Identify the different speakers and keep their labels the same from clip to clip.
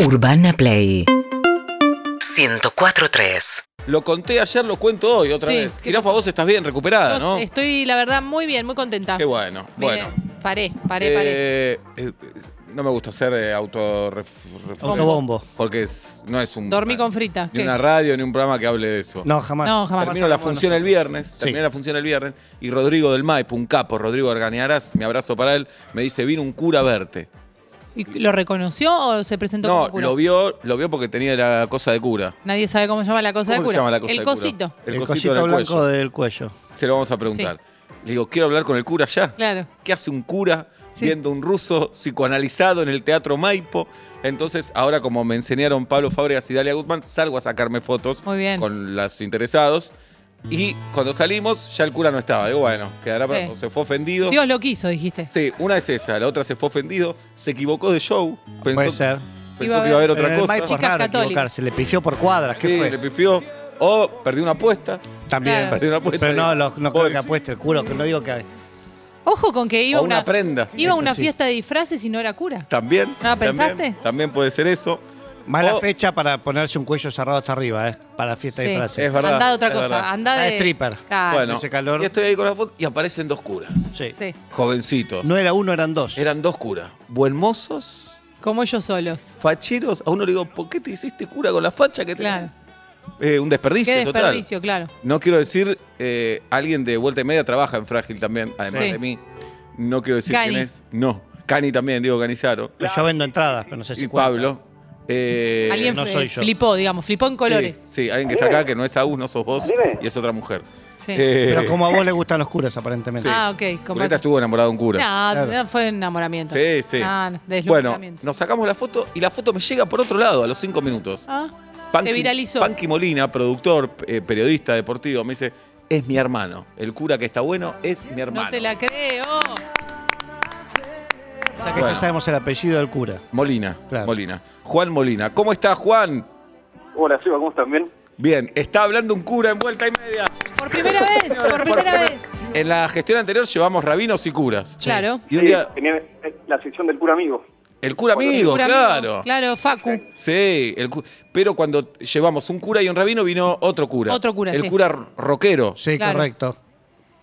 Speaker 1: Urbana Play 104.3
Speaker 2: Lo conté ayer, lo cuento hoy otra
Speaker 3: Sí,
Speaker 2: vez.
Speaker 3: ¿qué
Speaker 2: Jirafa,
Speaker 3: pasó?
Speaker 2: vos estás bien recuperada, ¿no?
Speaker 3: Estoy, la verdad, muy bien, muy contenta.
Speaker 2: Qué bueno.
Speaker 3: Me-
Speaker 2: Bueno.
Speaker 3: Paré, paré, paré.
Speaker 2: Eh, eh, no me gusta hacer eh, autorref- ref-
Speaker 4: Autobombo.
Speaker 2: Porque es- no es un.
Speaker 3: Dormí con fritas.
Speaker 2: Ni
Speaker 3: ¿qué?
Speaker 2: una radio, ni un programa que hable de eso.
Speaker 4: No, jamás.
Speaker 3: No, jamás.
Speaker 2: Termino la función el viernes, terminé la función el viernes, y Rodrigo del Maipo, un capo, Rodrigo Arganiarás, mi abrazo para él, me dice, vino un cura a verte.
Speaker 3: ¿Y ¿Lo reconoció o se presentó
Speaker 2: No,
Speaker 3: como cura?
Speaker 2: lo vio, lo vio porque tenía la cosa de cura.
Speaker 3: Nadie sabe cómo se llama la cosa
Speaker 2: ¿Cómo
Speaker 3: de cura.
Speaker 2: se llama la cosa
Speaker 3: El
Speaker 2: de cura?
Speaker 3: cosito.
Speaker 2: El,
Speaker 4: El,
Speaker 2: cosito,
Speaker 4: cosito
Speaker 2: en el
Speaker 4: blanco
Speaker 2: cuello.
Speaker 4: del cuello.
Speaker 2: Se lo vamos a preguntar. Le digo, quiero hablar con el cura ya.
Speaker 3: Claro.
Speaker 2: ¿Qué hace un cura
Speaker 3: Sí.
Speaker 2: viendo un ruso psicoanalizado en el Teatro Maipo? Entonces, ahora como me enseñaron Pablo Fábregas y Dalia Guzmán, salgo a sacarme fotos
Speaker 3: Muy bien.
Speaker 2: con los interesados. Y cuando salimos, ya el cura no estaba. Digo, bueno, quedará
Speaker 3: Sí.
Speaker 2: para- o se fue ofendido.
Speaker 3: Dios lo quiso, dijiste.
Speaker 2: Sí, una es esa, la otra se fue ofendido, se equivocó de show, pensó,
Speaker 4: Puede ser.
Speaker 2: pensó que iba a haber
Speaker 4: Pero
Speaker 2: otra
Speaker 4: en el
Speaker 2: cosa.
Speaker 4: Maipo es
Speaker 3: Chicas
Speaker 4: raro
Speaker 3: católicas.
Speaker 4: equivocarse. Le pifió por cuadras. ¿Qué
Speaker 2: Sí,
Speaker 4: fue?
Speaker 2: le pifió. O perdió una apuesta.
Speaker 4: También.
Speaker 3: Claro.
Speaker 2: Perdí una apuesta.
Speaker 4: Pero no, lo- no creo
Speaker 2: Voy.
Speaker 4: que apueste el culo. Que no digo que.
Speaker 3: Ojo con que iba
Speaker 2: O una prenda.
Speaker 3: Iba a
Speaker 4: Eso
Speaker 3: una
Speaker 4: sí.
Speaker 3: fiesta de disfraces y no era cura.
Speaker 2: También.
Speaker 3: ¿No la
Speaker 2: también-
Speaker 3: pensaste?
Speaker 2: también puede ser eso.
Speaker 4: Mala
Speaker 2: O-
Speaker 4: fecha para ponerse un cuello cerrado hasta arriba, ¿eh? Para la fiesta
Speaker 3: Sí.
Speaker 4: de disfraces.
Speaker 2: Es verdad,
Speaker 3: Andá de otra
Speaker 2: es
Speaker 3: cosa.
Speaker 2: verdad.
Speaker 3: Andá
Speaker 4: Ah,
Speaker 3: de.
Speaker 4: stripper.
Speaker 3: Claro.
Speaker 2: bueno,
Speaker 4: ese calor.
Speaker 2: y estoy ahí con la foto y aparecen dos curas,
Speaker 4: Sí.
Speaker 3: Sí.
Speaker 2: jovencitos.
Speaker 4: No era uno, eran dos.
Speaker 2: Eran dos curas, buen mozos,
Speaker 3: Como ellos solos.
Speaker 2: facheros. A uno le digo, ¿por qué te hiciste cura con la facha que tenés?
Speaker 3: Claro.
Speaker 2: Eh, un desperdicio,
Speaker 3: Qué
Speaker 2: total.
Speaker 3: desperdicio, claro.
Speaker 2: No quiero decir, eh, alguien de vuelta y media trabaja en Frágil también, además
Speaker 3: Sí.
Speaker 2: de mí. No quiero decir
Speaker 3: Cani.
Speaker 2: quién es. No, Cani también, digo Canizaro.
Speaker 4: Yo vendo entradas, pero no sé si
Speaker 2: Y
Speaker 4: cuenta.
Speaker 2: Pablo. Eh,
Speaker 3: Alguien
Speaker 4: no
Speaker 3: fl-
Speaker 4: soy yo.
Speaker 3: flipó, digamos, flipó en colores.
Speaker 2: Sí, sí, alguien que está acá, que no es Agus, no sos vos,
Speaker 5: Dime.
Speaker 2: y es otra mujer.
Speaker 3: Sí.
Speaker 2: Eh,
Speaker 4: Pero como a vos le gustan los curas, aparentemente.
Speaker 3: Ah, ok. como-
Speaker 2: Julieta estuvo enamorada de un cura.
Speaker 3: No,
Speaker 4: Claro.
Speaker 3: fue enamoramiento.
Speaker 2: Sí, sí.
Speaker 3: Ah, no,
Speaker 2: bueno,
Speaker 3: deslumbramiento.
Speaker 2: nos sacamos la foto y la foto me llega por otro lado a los cinco minutos.
Speaker 3: Ah,
Speaker 2: Panky-
Speaker 3: se viralizó.
Speaker 2: Panky Molina, productor, eh, periodista deportivo, me dice, es mi hermano. El cura que está bueno es mi hermano.
Speaker 3: no te la creo.
Speaker 4: O sea que
Speaker 2: Bueno.
Speaker 4: ya sabemos el apellido del cura.
Speaker 2: Molina,
Speaker 4: Claro.
Speaker 2: Molina. Juan Molina. ¿Cómo está, Juan?
Speaker 5: Hola, Seba, ¿cómo están? ¿Bien?
Speaker 2: Bien, está hablando un cura en vuelta y media.
Speaker 3: Por primera vez, por primera vez.
Speaker 2: En la gestión anterior llevamos rabinos y curas.
Speaker 3: Claro.
Speaker 2: Y un
Speaker 5: Sí,
Speaker 2: día,
Speaker 5: tenía eh, la sección del cura amigo.
Speaker 2: el cura amigo,
Speaker 3: Cura amigo.
Speaker 2: claro.
Speaker 3: Claro, Facu.
Speaker 2: Sí, el cu- pero cuando llevamos un cura y un rabino vino otro cura.
Speaker 3: Otro cura,
Speaker 2: El
Speaker 3: sí.
Speaker 2: cura r- rockero.
Speaker 4: Sí,
Speaker 3: Claro.
Speaker 4: correcto.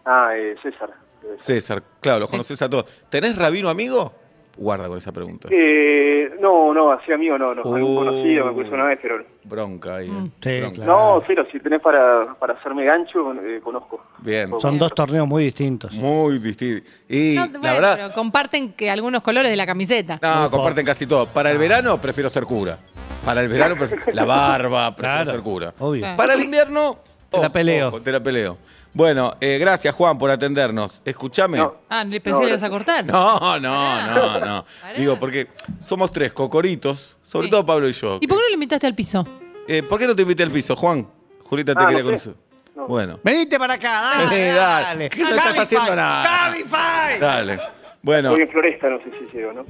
Speaker 5: Ah, eh, César. Eh,
Speaker 2: César, claro, los conoces a todos. ¿Tenés rabino amigo? Guarda con esa pregunta.
Speaker 5: Eh, no, no, así amigo no, no. Algún
Speaker 2: Uh.
Speaker 5: conocido me puso una vez, pero...
Speaker 2: Bronca ahí. eh.
Speaker 3: Mm.
Speaker 4: Sí,
Speaker 2: Bronca.
Speaker 4: claro.
Speaker 5: No, cero, si tenés para, para hacerme gancho, eh, conozco.
Speaker 2: Bien.
Speaker 4: Son dos torneos muy distintos.
Speaker 2: Muy distinto. Y
Speaker 3: No,
Speaker 2: la
Speaker 3: bueno,
Speaker 2: verdad,
Speaker 3: pero comparten que algunos colores de la camiseta.
Speaker 2: no, comparten casi todo. Para
Speaker 4: Ah.
Speaker 2: el verano prefiero ser cura. Para el verano prefiero la barba, prefiero
Speaker 4: Claro,
Speaker 2: ser cura.
Speaker 4: obvio.
Speaker 3: Claro.
Speaker 2: Para el invierno
Speaker 4: Te la
Speaker 2: ojo,
Speaker 4: peleo.
Speaker 2: ojo, te la peleo. Bueno, eh, gracias Juan por atendernos. Escúchame.
Speaker 5: No.
Speaker 3: Ah, no, pensé que
Speaker 5: No,
Speaker 3: le ibas a cortar.
Speaker 2: No, no, no, no.
Speaker 3: Pará.
Speaker 2: Digo, porque somos tres cocoritos, sobre
Speaker 3: Sí.
Speaker 2: todo Pablo y yo.
Speaker 3: ¿Y por qué no lo invitaste al piso?
Speaker 2: Eh, ¿Por qué no te invité al piso, Juan? Julita te
Speaker 5: Ah,
Speaker 2: quería
Speaker 5: no sé.
Speaker 2: conocer.
Speaker 5: No.
Speaker 2: Bueno.
Speaker 4: Venite para acá, dale.
Speaker 2: Vení, dale.
Speaker 4: dale.
Speaker 2: ¿Qué no estás
Speaker 4: Cabify,
Speaker 2: haciendo nada?
Speaker 4: Cabify.
Speaker 2: Dale. Bueno,
Speaker 5: Soy en Floresta, no sé si llego, ¿no?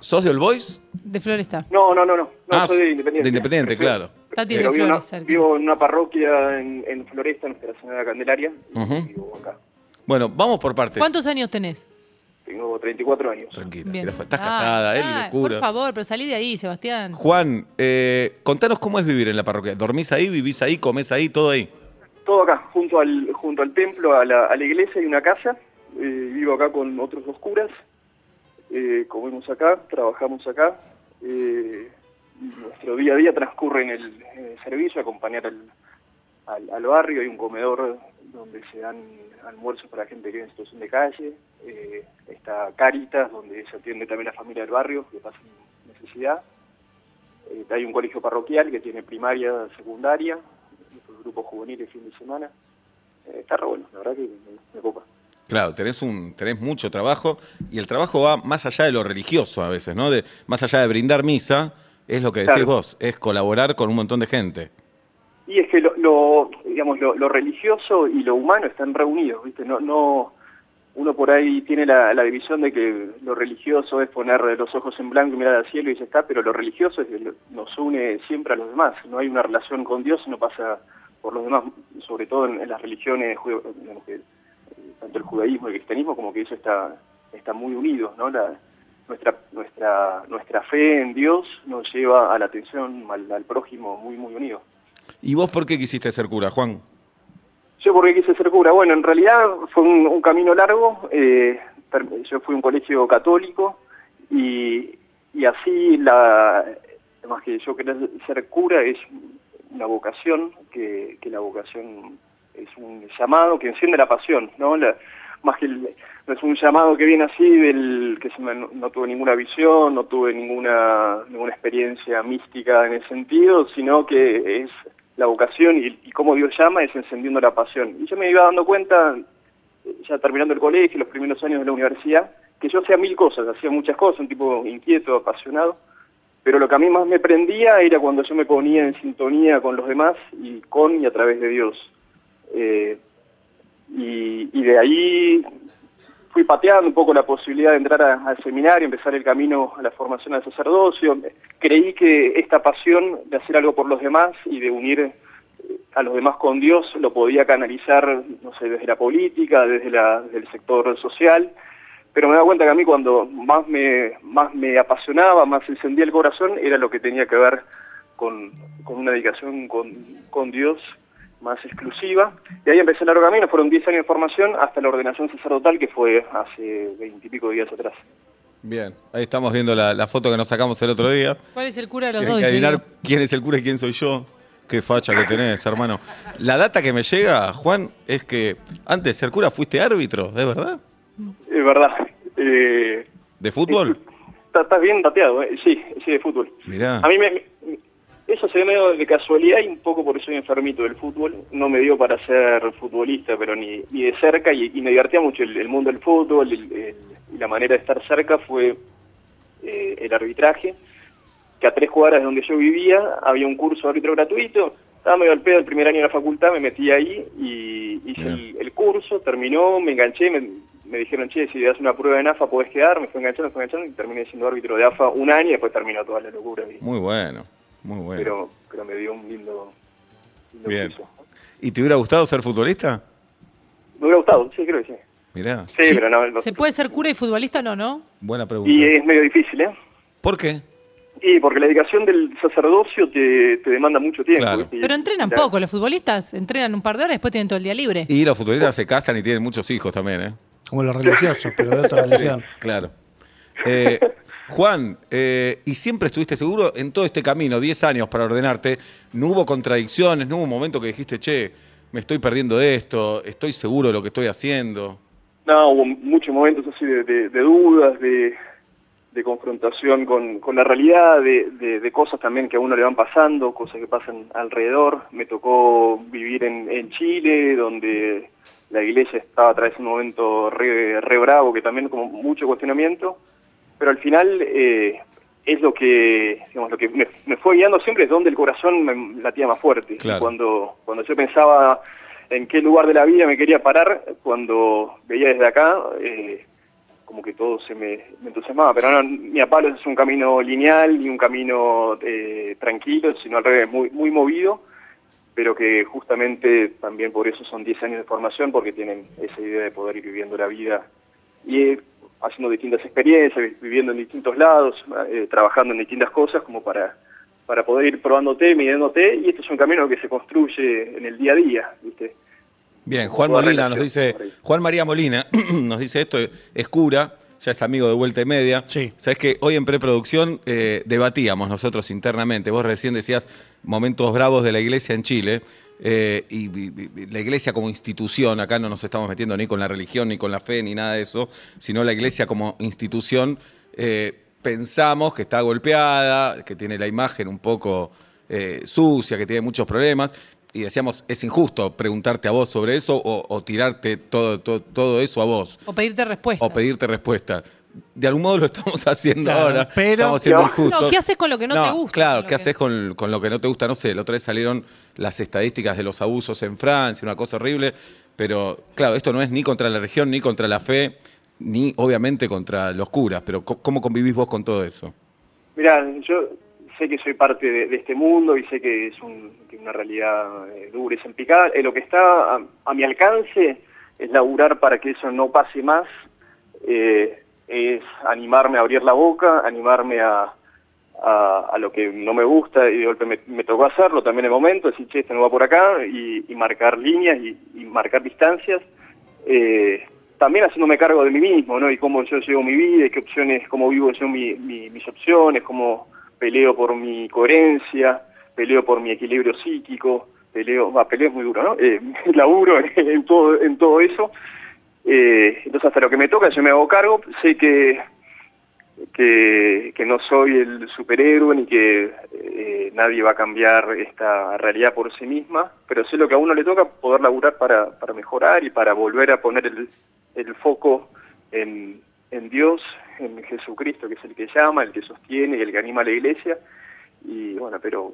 Speaker 2: ¿sos de All Boys?
Speaker 3: De Floresta.
Speaker 5: No, no, no, no. no
Speaker 2: Ah,
Speaker 5: soy de Independiente.
Speaker 2: de Independiente,
Speaker 5: Pero-
Speaker 2: claro.
Speaker 3: Tati
Speaker 5: pero
Speaker 3: de
Speaker 5: vivo, en una-
Speaker 3: Flores. cerca.
Speaker 5: vivo en una parroquia en, en Floresta, en Nuestra Señora de la Candelaria. y
Speaker 2: Ujú.
Speaker 5: Vivo acá.
Speaker 2: Bueno, vamos por partes.
Speaker 3: ¿Cuántos años tenés?
Speaker 5: Tengo 34 años.
Speaker 2: Tranquila, Rafa, estás casada,
Speaker 3: Ah,
Speaker 2: él
Speaker 3: ah,
Speaker 2: y el cura.
Speaker 3: Por favor, pero salí de ahí, Sebastián.
Speaker 2: Juan, eh, contanos cómo es vivir en la parroquia. ¿Dormís ahí, vivís ahí, comés ahí, todo ahí?
Speaker 5: Todo acá, junto al, junto al templo, a la, a la iglesia y una casa. Eh, vivo acá con otros dos curas. Eh, comemos acá, trabajamos acá. Eh, y nuestro día a día transcurre en el, en el servicio, acompañar al, al, al barrio. Hay un comedor donde se dan almuerzos para gente que vive en situación de calle. Eh, está Caritas, donde se atiende también la familia del barrio que pasa necesidad. Eh, hay un colegio parroquial que tiene primaria, secundaria, grupos juveniles fin de semana. Eh, está re bueno, la verdad que me, me copa.
Speaker 2: Claro, tenés, un, tenés mucho trabajo y el trabajo va más allá de lo religioso a veces, ¿no? De, más allá de brindar misa, es lo que decís
Speaker 5: Claro.
Speaker 2: vos, es colaborar con un montón de gente.
Speaker 5: Y es que lo, lo, digamos, lo, lo religioso y lo humano están reunidos, ¿viste? No, no, uno por ahí tiene la, la división de que lo religioso es poner los ojos en blanco y mirar al cielo y ya está, pero lo religioso es que lo- nos une siempre a los demás. No hay una relación con Dios, no pasa por los demás, sobre todo en, en las religiones, judeo- digamos que, eh, tanto el judaísmo y el cristianismo, como que eso está, está muy unido, ¿no? La, nuestra, nuestra, nuestra fe en Dios nos lleva a la atención al, al prójimo muy, muy unido.
Speaker 2: ¿Y vos por qué quisiste ser cura, Juan?
Speaker 5: Yo porque quise ser cura. Bueno, en realidad fue un, un camino largo. eh, ter- yo fui a un colegio católico y, y así, la, más que yo querer ser cura es una vocación, que, que la vocación es un llamado que enciende la pasión, ¿no? La- más que el- no es un llamado que viene así del que se me- no, no tuve ninguna visión, no tuve ninguna ninguna experiencia mística en el sentido, sino que es la vocación y, y cómo Dios llama es encendiendo la pasión. Y yo me iba dando cuenta, eh, ya terminando el colegio, los primeros años de la universidad, que yo hacía mil cosas, hacía muchas cosas, un tipo inquieto, apasionado, pero lo que a mí más me prendía era cuando yo me ponía en sintonía con los demás y con y a través de Dios. Eh, y, y de ahí fui pateando un poco la posibilidad de entrar a- al seminario, empezar el camino a la formación al sacerdocio. Creí que esta pasión de hacer algo por los demás y de unir eh, a los demás con Dios lo podía canalizar, no sé, desde la política, desde, la, desde el sector social. Pero me daba cuenta que a mí cuando más me, más me apasionaba, más encendía el corazón, era lo que tenía que ver con, con una dedicación con, con Dios más exclusiva. Y ahí empecé el largo camino, fueron 10 años de formación hasta la ordenación sacerdotal que fue hace 20 y pico de días atrás.
Speaker 2: Bien, ahí estamos viendo la, la foto que nos sacamos el otro día.
Speaker 3: ¿Cuál es el cura de los
Speaker 2: Tienen
Speaker 3: dos?
Speaker 2: que
Speaker 3: dice
Speaker 2: adivinar
Speaker 3: Diego?
Speaker 2: quién es el cura y quién soy yo. Qué facha que tenés, hermano. La data que me llega, Juan, es que antes de ser cura fuiste árbitro, ¿es verdad?
Speaker 5: Es verdad. eh,
Speaker 2: ¿De fútbol?
Speaker 5: Está- Estás bien dateado, eh, sí, sí, de fútbol.
Speaker 2: Mirá.
Speaker 5: A mí me, me- eso se dio medio de casualidad y un poco porque soy enfermito del fútbol. No me dio para ser futbolista, pero ni, ni de cerca, y, y me divertía mucho el, el mundo del fútbol, el- el- y la manera de estar cerca fue eh, el arbitraje, que a tres cuadras de donde yo vivía había un curso de árbitro gratuito, estaba medio al pedo el primer año de la facultad, me metí ahí y hice
Speaker 2: Bien.
Speaker 5: el, el curso, terminó, me enganché, me, me dijeron, che, si das una prueba en AFA podés quedar, me fue enganchando, me fue enganchando y terminé siendo árbitro de AFA un año y después terminó toda la locura. y-
Speaker 2: Muy bueno, muy bueno.
Speaker 5: pero, pero me dio un lindo, lindo
Speaker 2: Bien.
Speaker 5: piso.
Speaker 2: ¿Y te hubiera gustado ser futbolista?
Speaker 5: Me hubiera gustado, sí, creo que sí.
Speaker 2: Mirá,
Speaker 5: Sí, pero no, no-
Speaker 3: ¿Se puede ser cura y futbolista? No, ¿no?
Speaker 2: buena pregunta.
Speaker 5: Y es medio difícil, ¿eh?
Speaker 2: ¿Por qué?
Speaker 5: Y porque la dedicación del sacerdocio te, te demanda mucho tiempo.
Speaker 2: Claro.
Speaker 5: ¿viste? Y-
Speaker 3: Pero entrenan
Speaker 5: y la-
Speaker 3: poco. Los futbolistas entrenan un par de horas y después tienen todo el día libre.
Speaker 2: Y los futbolistas se casan y tienen muchos hijos también, ¿eh?
Speaker 4: Como los religiosos, pero de otra religión.
Speaker 2: Claro. Eh, Juan, eh, ¿y siempre estuviste seguro en todo este camino, 10 años para ordenarte? ¿No hubo contradicciones? ¿No hubo un momento que dijiste, che, me estoy perdiendo de esto, estoy seguro de lo que estoy haciendo?
Speaker 5: No, hubo muchos momentos así de, de- de dudas, de, de confrontación con, con la realidad, de, de- de cosas también que a uno le van pasando, cosas que pasan alrededor. Me tocó vivir en, en Chile, donde la iglesia estaba atravesando un momento re, re bravo, que también como mucho cuestionamiento, pero al final eh, es lo que, digamos, lo que me, me fue guiando siempre, es donde el corazón me latía más fuerte.
Speaker 2: Claro.
Speaker 5: Y Cuando, cuando yo pensaba en qué lugar de la vida me quería parar, cuando veía desde acá, eh, como que todo se me, me entusiasmaba, pero no, ni a palos es un camino lineal, ni un camino eh, tranquilo, sino al revés, muy, muy movido, pero que justamente también por eso son 10 años de formación, porque tienen esa idea de poder ir viviendo la vida y eh, haciendo distintas experiencias, viviendo en distintos lados, eh, trabajando en distintas cosas, como para, para poder ir probándote, midiéndote, y esto es un camino que se construye en el día a día, ¿viste?
Speaker 2: Bien, Juan
Speaker 5: Buena
Speaker 2: Molina nos
Speaker 5: relación,
Speaker 2: dice,
Speaker 5: por ahí.
Speaker 2: Juan María Molina nos dice esto, es cura, ya es amigo de Vuelta y Media.
Speaker 4: Sí.
Speaker 2: Sabes que hoy en preproducción eh, debatíamos nosotros internamente, vos recién decías momentos bravos de la iglesia en Chile, eh, y, y- y la iglesia como institución, acá no nos estamos metiendo ni con la religión, ni con la fe, ni nada de eso, sino la iglesia como institución, eh, pensamos que está golpeada, que tiene la imagen un poco eh, sucia, que tiene muchos problemas. Y decíamos, es injusto preguntarte a vos sobre eso o, o tirarte todo, todo, todo eso a vos
Speaker 3: O pedirte respuesta.
Speaker 2: o pedirte respuesta. De algún modo lo estamos haciendo
Speaker 4: Claro,
Speaker 2: ahora.
Speaker 4: pero-
Speaker 2: estamos siendo
Speaker 5: No.
Speaker 2: injustos.
Speaker 3: No, ¿qué haces con lo que no te gusta?
Speaker 2: Claro,
Speaker 3: Con lo
Speaker 2: ¿qué
Speaker 3: que-
Speaker 2: haces con, con lo que no te gusta? No sé, la otra vez salieron las estadísticas de los abusos en Francia, una cosa horrible. Pero claro, esto no es ni contra la religión, ni contra la fe, ni obviamente contra los curas. Pero co- ¿cómo convivís vos con todo eso?
Speaker 5: Mirá, yo sé que soy parte de, de este mundo y sé que es un- que una realidad eh, dura y sin picar. Eh, lo que está a, a mi alcance es laburar para que eso no pase más. Eh, es animarme a abrir la boca, animarme a, a, a lo que no me gusta y de golpe me, me tocó hacerlo también en el momento, decir, che, este no va por acá y, y marcar líneas y, y marcar distancias. Eh, también haciéndome cargo de mí mismo, ¿no? Y cómo yo llevo mi vida, y qué opciones, cómo vivo yo mi- mi- mis opciones, cómo peleo por mi coherencia, peleo por mi equilibrio psíquico, peleo, va, peleo es muy duro, ¿no? Eh, laburo en todo, en todo eso. Eh, entonces hasta lo que me toca yo me hago cargo, sé que que, que no soy el superhéroe ni que eh, nadie va a cambiar esta realidad por sí misma, pero sé lo que a uno le toca poder laburar para, para mejorar y para volver a poner el, el foco en, en Dios, en Jesucristo, que es el que llama, el que sostiene y el que anima a la iglesia. Y bueno, pero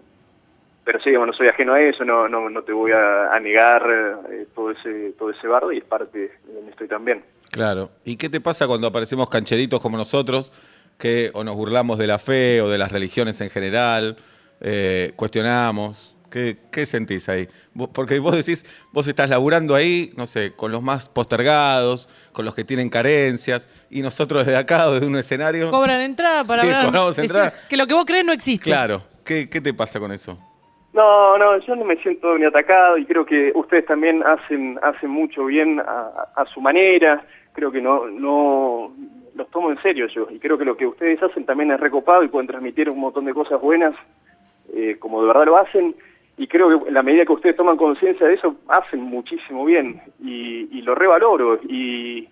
Speaker 5: pero sí, bueno, soy ajeno a eso, no, no, no te voy a, a negar eh, todo ese todo ese bardo y es parte de donde estoy también.
Speaker 2: Claro. ¿Y qué te pasa cuando aparecemos cancheritos como nosotros, que o nos burlamos de la fe o de las religiones en general, eh, cuestionamos? ¿Qué, qué sentís ahí? Vos- Porque vos decís, vos estás laburando ahí, no sé, con los más postergados, con los que tienen carencias, y nosotros desde acá, desde un escenario...
Speaker 3: Cobran entrada para
Speaker 2: Sí,
Speaker 3: hablar.
Speaker 2: cobramos
Speaker 3: decir
Speaker 2: entrada.
Speaker 3: Que lo que vos crees no existe.
Speaker 2: Claro. ¿Qué, qué te pasa con eso?
Speaker 5: No, no, yo no me siento ni atacado y creo que ustedes también hacen hacen mucho bien a, a su manera. Creo que no no los tomo en serio yo y creo que lo que ustedes hacen también es recopado y pueden transmitir un montón de cosas buenas eh, como de verdad lo hacen y creo que en la medida que ustedes toman conciencia de eso hacen muchísimo bien y, y lo revaloro y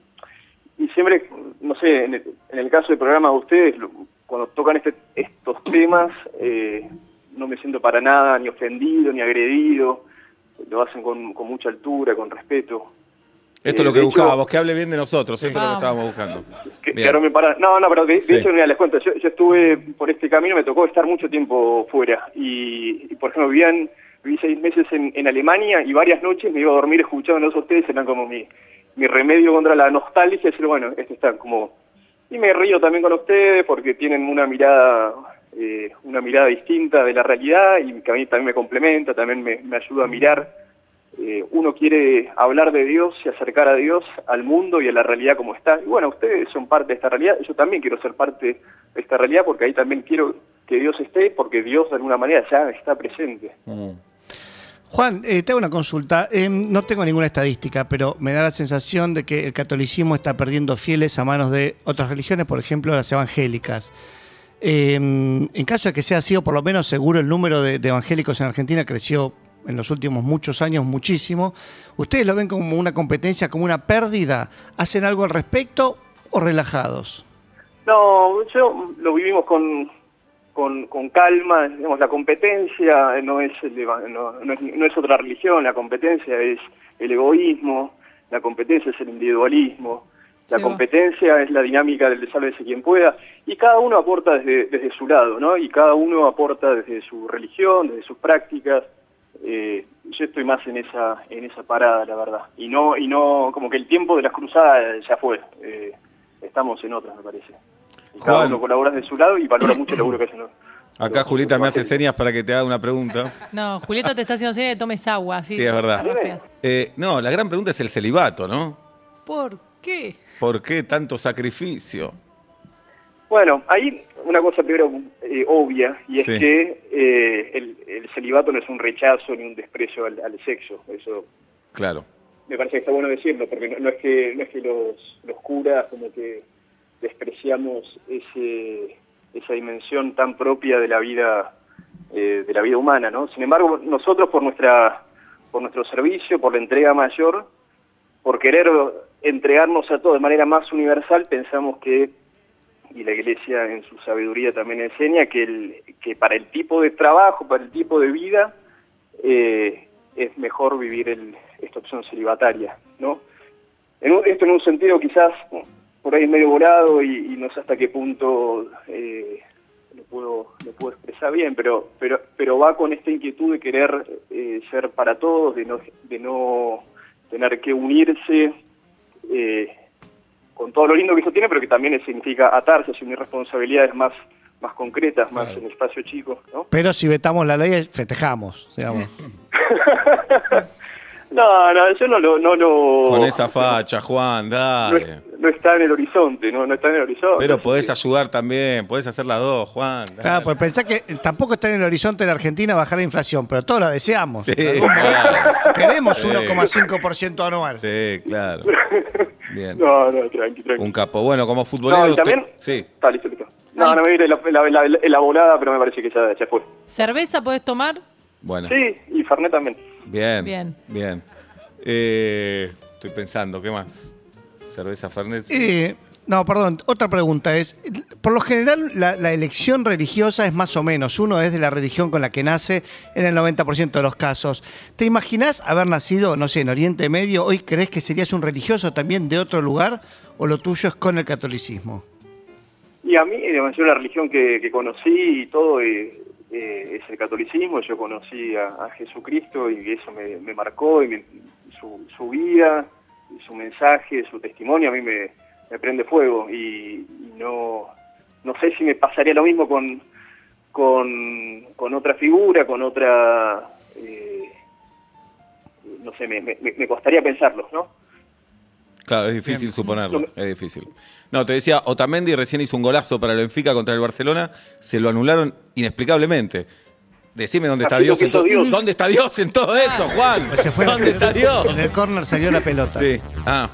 Speaker 5: y siempre, no sé, en el, en el caso del programa de ustedes, lo- cuando tocan este, estos temas, eh, no me siento para nada ni ofendido ni agredido, lo hacen con, con mucha altura, con respeto.
Speaker 2: Esto es
Speaker 5: Eh,
Speaker 2: lo que
Speaker 5: de hecho-
Speaker 2: buscábamos, que hable bien de nosotros, esto es lo que
Speaker 3: Vamos.
Speaker 2: estábamos buscando.
Speaker 5: Que-
Speaker 2: Bien.
Speaker 5: quedarme para- No, no, pero de, de
Speaker 2: Sí.
Speaker 5: hecho, mira, les cuento, yo, yo estuve por este camino, me tocó estar mucho tiempo fuera. Y, y, por ejemplo, vivían, viví seis meses en, en Alemania y varias noches me iba a dormir escuchándolos a ustedes, eran como mi, mi remedio contra la nostalgia, decir, bueno, este está como... Y me río también con ustedes porque tienen una mirada eh, una mirada distinta de la realidad y que a mí también me complementa, también me, me ayuda a mirar. Eh, uno quiere hablar de Dios y acercar a Dios al mundo y a la realidad como está. Y bueno, ustedes son parte de esta realidad, yo también quiero ser parte de esta realidad porque ahí también quiero que Dios esté, porque Dios de alguna manera ya está presente.
Speaker 2: Mm.
Speaker 4: Juan, eh, te hago una consulta. Eh, no tengo ninguna estadística, pero me da la sensación de que el catolicismo está perdiendo fieles a manos de otras religiones, por ejemplo, las evangélicas. Eh, en caso de que sea así, o por lo menos seguro el número de, de evangélicos en Argentina creció en los últimos muchos años muchísimo, ¿ustedes lo ven como una competencia, como una pérdida? ¿Hacen algo al respecto o relajados?
Speaker 5: No, yo lo vivimos con, con, con calma, digamos, la competencia no es, el eva- no, no es, no es otra religión, la competencia es el egoísmo, la competencia es el individualismo, la
Speaker 3: Sí, va.
Speaker 5: competencia es la dinámica del sálvese quien pueda, y cada uno aporta desde, desde su lado, ¿no? Y cada uno aporta desde su religión, desde sus prácticas, eh, yo estoy más en esa en esa parada la verdad y no y no como que el tiempo de las cruzadas ya fue eh, estamos en otras me parece y cada
Speaker 2: Juan.
Speaker 5: uno colabora de su lado y valora mucho el laburo que hacen los-
Speaker 2: Acá
Speaker 5: los-
Speaker 2: Julita
Speaker 5: los
Speaker 2: me hace
Speaker 5: evangélicos.
Speaker 2: señas para que te haga una pregunta.
Speaker 3: No, Julieta te está haciendo señas de que tomes agua. Así,
Speaker 2: Sí, es verdad.
Speaker 3: rápida.
Speaker 2: Eh, no, la gran pregunta es el celibato, ¿no?
Speaker 3: ¿Por qué?
Speaker 2: ¿Por qué tanto sacrificio?
Speaker 5: Bueno, hay una cosa primero eh, obvia, y es
Speaker 2: Sí.
Speaker 5: que eh, el, el celibato no es un rechazo ni un desprecio al, al sexo. Eso
Speaker 2: Claro.
Speaker 5: me parece que está bueno decirlo, porque no, no es que no es que los, los curas como que despreciamos ese, esa dimensión tan propia de la vida eh, de la vida humana, ¿no? Sin embargo, nosotros por nuestra por nuestro servicio, por la entrega mayor, por querer entregarnos a todo de manera más universal, pensamos que y la Iglesia en su sabiduría también enseña que el, que para el tipo de trabajo, para el tipo de vida eh, es mejor vivir el, esta opción celibataria, ¿no? En un- esto en un sentido quizás por ahí es medio volado y, y no sé hasta qué punto eh, lo, puedo, lo puedo expresar bien, pero, pero, pero va con esta inquietud de querer eh, ser para todos, de no, de no tener que unirse eh, con todo lo lindo que eso tiene, pero que también significa atarse, asumir responsabilidades más, más concretas, más
Speaker 2: Claro.
Speaker 5: en espacio chico, ¿no?
Speaker 4: Pero si vetamos la ley, festejamos, digamos.
Speaker 5: No, no, yo no lo... No lo
Speaker 2: Con esa facha, Juan,
Speaker 5: No
Speaker 2: dale.
Speaker 5: es- Oh. No, no está en el horizonte, no, no está en el horizonte.
Speaker 2: Pero
Speaker 5: así
Speaker 2: podés
Speaker 5: que-
Speaker 2: ayudar también, podés hacer las dos, Juan. dale.
Speaker 4: Claro, pues pensá que tampoco está en el horizonte de la Argentina bajar la inflación, pero todos la deseamos.
Speaker 2: Sí,
Speaker 4: En algún momento
Speaker 2: claro.
Speaker 4: Queremos
Speaker 2: Sí.
Speaker 4: 1,5% anual.
Speaker 2: Sí, claro. Bien.
Speaker 5: No, no, tranqui, tranqui.
Speaker 2: Un capo. Bueno, como futbolero.
Speaker 5: No, y
Speaker 2: usted-
Speaker 5: también...
Speaker 2: Sí.
Speaker 5: Está listo, listo. No,
Speaker 3: Ay.
Speaker 5: no me viene la, la, la, la- la volada, pero me parece que ya, ya fue.
Speaker 3: ¿Cerveza podés tomar?
Speaker 2: Bueno.
Speaker 5: Sí, y Fernet también.
Speaker 2: Bien. Bien.
Speaker 3: Bien.
Speaker 2: Eh, estoy pensando, ¿qué más? Cerveza Fernet.
Speaker 4: Eh, no, perdón, otra pregunta es, por lo general la, la elección religiosa es más o menos, uno es de la religión con la que nace en el 90% de los casos. ¿Te imaginás haber nacido, no sé, en Oriente Medio, hoy crees que serías un religioso también de otro lugar o lo tuyo es con el catolicismo?
Speaker 5: Y a mí, eh, digamos, yo la religión que, que conocí y todo eh, eh, es el catolicismo. Yo conocí a, a Jesucristo y eso me, me marcó y me- su, su vida, su mensaje, su testimonio a mí me, me prende fuego. Y, y no, no sé si me pasaría lo mismo con, con, con otra figura, con otra... eh, no sé, me, me, me costaría pensarlo, ¿no?
Speaker 2: Claro, es difícil suponerlo, es difícil. No, te decía, Otamendi recién hizo un golazo para el Benfica contra el Barcelona, se lo anularon inexplicablemente. Decime dónde está
Speaker 5: Así
Speaker 2: Dios
Speaker 5: lo
Speaker 2: en todo
Speaker 5: quiso Dios.
Speaker 2: ¿Dónde está Dios en todo eso, Juan?
Speaker 4: Ah. Se fue-
Speaker 2: ¿Dónde está Dios?
Speaker 4: En el córner salió la pelota.
Speaker 2: Sí. Ah,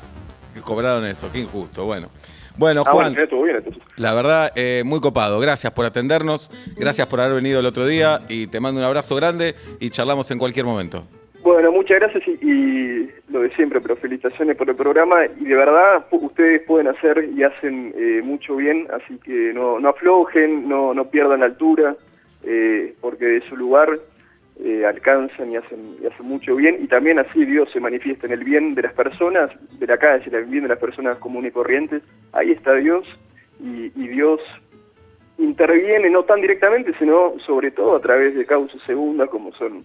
Speaker 2: cobraron eso, qué injusto. Bueno. Bueno,
Speaker 5: Ah, bueno,
Speaker 2: Juan,
Speaker 5: ya estuvo bien, entonces.
Speaker 2: la verdad, eh, muy copado. Gracias por atendernos, gracias por haber venido el otro día y te mando un abrazo grande y charlamos en cualquier momento.
Speaker 5: Bueno, muchas gracias y, y lo de siempre, pero felicitaciones por el programa y de verdad pu- ustedes pueden hacer y hacen eh, mucho bien, así que no, no aflojen, no, no pierdan la altura, eh, porque de su lugar eh, alcanzan y hacen, y hacen mucho bien y también así Dios se manifiesta en el bien de las personas, de la calle, en el bien de las personas comunes y corrientes, ahí está Dios y, y Dios interviene no tan directamente, sino sobre todo a través de causas segundas como son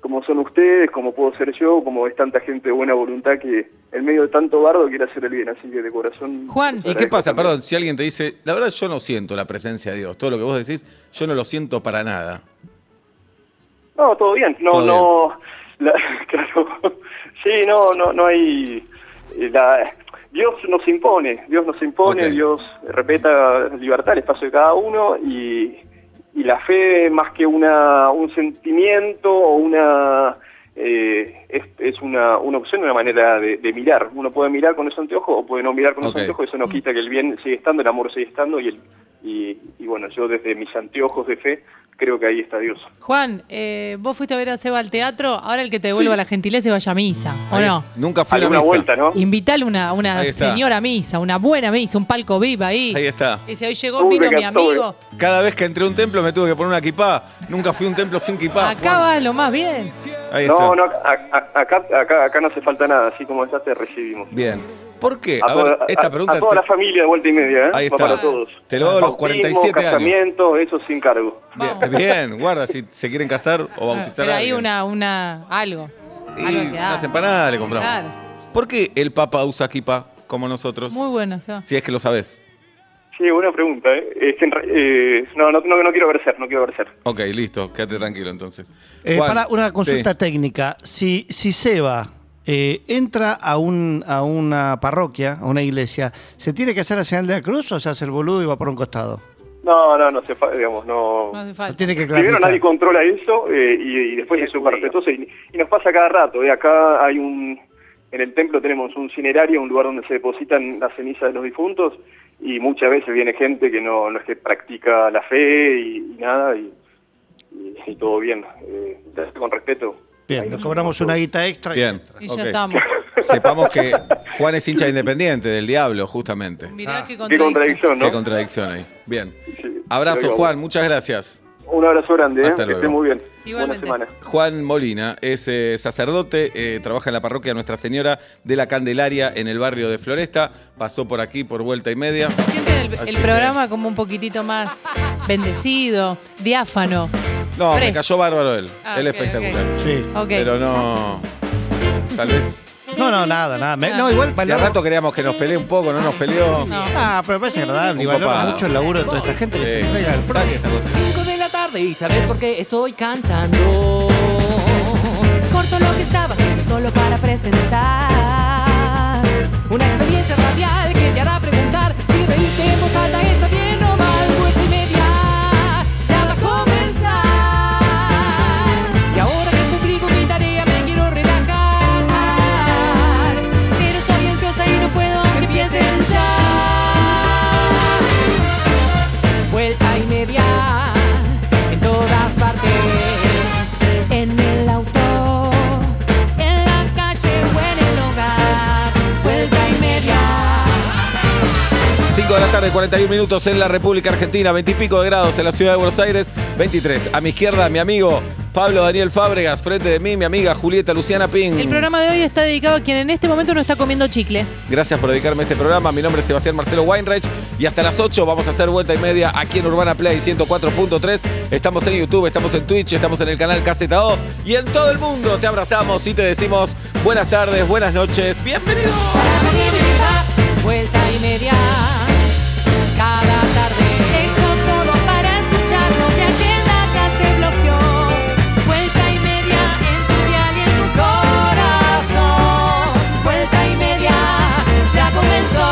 Speaker 5: como son ustedes, como puedo ser yo, como es tanta gente de buena voluntad que en medio de tanto bardo quiere hacer el bien, así que de corazón.
Speaker 3: Juan.
Speaker 5: les
Speaker 2: ¿Y qué
Speaker 5: agradezco
Speaker 2: pasa?
Speaker 5: también.
Speaker 2: Perdón, si alguien te dice, la verdad yo no siento la presencia de Dios, todo lo que vos decís, yo no lo siento para nada.
Speaker 5: No, todo bien, no,
Speaker 2: Todo
Speaker 5: no, la- claro, sí, no, no, no hay, eh, la- Dios nos impone, Dios nos impone,
Speaker 2: Ok.
Speaker 5: Dios respeta la libertad, el espacio de cada uno y, y la fe más que una, un sentimiento o una, eh, es, es una, una opción, una manera de, de mirar, uno puede mirar con esos anteojos o puede no mirar con
Speaker 2: Ok.
Speaker 5: esos anteojos, eso no quita que el bien sigue estando, el amor sigue estando y el, y, y bueno, yo desde mis anteojos de fe creo que ahí está Dios.
Speaker 3: Juan, eh, vos fuiste a ver a Seba al teatro, ahora el que te devuelva
Speaker 5: Sí.
Speaker 3: la gentileza y vaya a misa, ¿o
Speaker 2: Ahí-
Speaker 3: no?
Speaker 2: Nunca fui a una
Speaker 5: Alguna
Speaker 2: misa.
Speaker 5: vuelta, ¿no?
Speaker 3: Invitale una, una
Speaker 2: Ahí está.
Speaker 3: señora a misa, una buena misa, un palco viva ahí.
Speaker 2: Ahí está.
Speaker 3: Dice, hoy llegó,
Speaker 5: Uy,
Speaker 3: vino
Speaker 5: me
Speaker 3: mi
Speaker 5: encantó,
Speaker 3: amigo.
Speaker 2: Cada vez que entré a un templo me tuve que poner una kipá. Nunca fui a un templo sin kipá.
Speaker 3: Acá vas lo más bien.
Speaker 2: Ahí
Speaker 5: No,
Speaker 2: está.
Speaker 5: no, a- a- acá, acá, acá no hace falta nada, así como está te recibimos.
Speaker 2: Bien. ¿Por qué?
Speaker 5: A,
Speaker 2: A ver,
Speaker 5: toda,
Speaker 2: esta
Speaker 5: a-
Speaker 2: pregunta
Speaker 5: a toda
Speaker 2: te-
Speaker 5: la familia de vuelta y media, ¿eh?
Speaker 2: Ahí está.
Speaker 5: Va para todos.
Speaker 2: Te lo hago a los
Speaker 5: Bautismo,
Speaker 2: 47 años.
Speaker 5: casamiento, eso sin cargo.
Speaker 2: Bien, bien, guarda si se quieren casar o
Speaker 3: Pero,
Speaker 2: bautizar a
Speaker 3: ahí
Speaker 2: alguien.
Speaker 3: una, una, algo.
Speaker 2: Y
Speaker 3: algo que da.
Speaker 2: unas empanadas le compramos.
Speaker 3: Claro.
Speaker 2: ¿Por qué el Papa usa kipá como nosotros?
Speaker 3: Muy bueno, Seba.
Speaker 2: Si es que lo sabes.
Speaker 5: Sí, buena pregunta, ¿eh? Es que en re- eh, no, no, no, no quiero verser, no quiero verser.
Speaker 2: Ok, listo, quédate tranquilo entonces.
Speaker 4: Eh,
Speaker 2: Juan,
Speaker 4: para una consulta
Speaker 2: sí.
Speaker 4: técnica, si, si Seba eh, entra a, un, a una parroquia, a una iglesia, ¿se tiene que hacer la señal de la cruz o se hace el boludo y va por un costado?
Speaker 5: No, no, no se fa- digamos, no.
Speaker 3: No hace
Speaker 4: No
Speaker 3: falta.
Speaker 4: tiene que
Speaker 5: Primero
Speaker 4: clarificar.
Speaker 5: nadie controla eso eh, y, y después es súper respetuoso y, y nos pasa cada rato. ¿eh? Acá hay un, en el templo tenemos un cinerario, un lugar donde se depositan las cenizas de los difuntos y muchas veces viene gente que no, no es que practica la fe y, y nada y, y- y todo bien, eh, con respeto.
Speaker 4: Bien, le cobramos una guita extra. y
Speaker 2: Bien.
Speaker 4: entra.
Speaker 3: Y ya
Speaker 2: ok.
Speaker 3: estamos.
Speaker 2: Sepamos que Juan es hincha independiente del diablo, justamente.
Speaker 3: Mirá qué
Speaker 5: Qué
Speaker 3: contradicción.
Speaker 5: contradicción, ¿no?
Speaker 2: Qué contradicción ahí. Bien.
Speaker 5: Sí,
Speaker 2: Abrazo,
Speaker 5: creo que-
Speaker 2: Juan, muchas gracias.
Speaker 5: Un abrazo grande, ¿eh?
Speaker 2: Hasta
Speaker 5: que
Speaker 2: luego.
Speaker 5: esté muy bien.
Speaker 3: Igualmente.
Speaker 5: Buena semana.
Speaker 2: Juan Molina es eh, sacerdote, eh, trabaja en la parroquia Nuestra Señora de la Candelaria en el barrio de Floresta. Pasó por aquí por vuelta y media.
Speaker 3: Sienten el,
Speaker 2: Así
Speaker 3: el
Speaker 2: que-
Speaker 3: programa como un poquitito más bendecido, diáfano.
Speaker 2: No, me
Speaker 3: Fresco.
Speaker 2: cayó bárbaro él.
Speaker 3: Ah,
Speaker 2: él
Speaker 3: ok,
Speaker 2: espectacular.
Speaker 4: Sí.
Speaker 3: Ok.
Speaker 2: Pero no. Tal vez.
Speaker 4: No, no, nada, nada. Me- no,
Speaker 2: De
Speaker 4: igual
Speaker 2: a
Speaker 4: valoro.
Speaker 2: rato queríamos que nos pelee un poco, no nos peleó.
Speaker 3: No.
Speaker 4: Ah, pero me parece agradable. Y
Speaker 2: Un
Speaker 4: valoro
Speaker 2: copado.
Speaker 4: mucho el laburo de toda esta gente que se
Speaker 2: Sí.
Speaker 4: entrega al
Speaker 2: Está
Speaker 4: frente.
Speaker 2: que está contento.
Speaker 1: 5 de la tarde y sabes por qué estoy cantando.
Speaker 6: Corto lo que estaba haciendo solo para presentar
Speaker 3: Una experiencia radial que te hará preguntar si reírte en voz alta está bien o mal. Vuelta y media ya va a comenzar. Y ahora que cumplí con mi tarea me quiero relajar. Pero soy ansiosa y no puedo que empiecen ya vuelta y media en todas partes. En el auto, en la calle o en el hogar, vuelta y media.
Speaker 2: 5 de la tarde, 41 minutos en la República Argentina, 20 y pico de grados en la ciudad de Buenos Aires, 23. A mi izquierda, mi amigo Pablo Daniel Fábregas, frente de mí, mi amiga Julieta Luciana Ping.
Speaker 7: El programa de hoy está dedicado a quien en este momento no está comiendo chicle.
Speaker 2: Gracias por dedicarme a este programa. Mi nombre es Sebastián Marcelo Weinreich y hasta las 8 vamos a hacer vuelta y media aquí en Urbana Play 104.3. Estamos en YouTube, estamos en Twitch, estamos en el canal Caseta O y en todo el mundo te abrazamos y te decimos buenas tardes, buenas noches, bienvenidos.
Speaker 3: Vuelta y media cada tarde. Dejo todo para escucharlo. Mi agenda ya se bloqueó. Vuelta y media en tu dial y en tu corazón. Vuelta y media ya comenzó.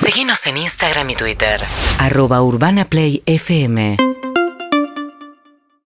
Speaker 8: Seguinos en Instagram y Twitter.
Speaker 1: arroba urbanaplayfm.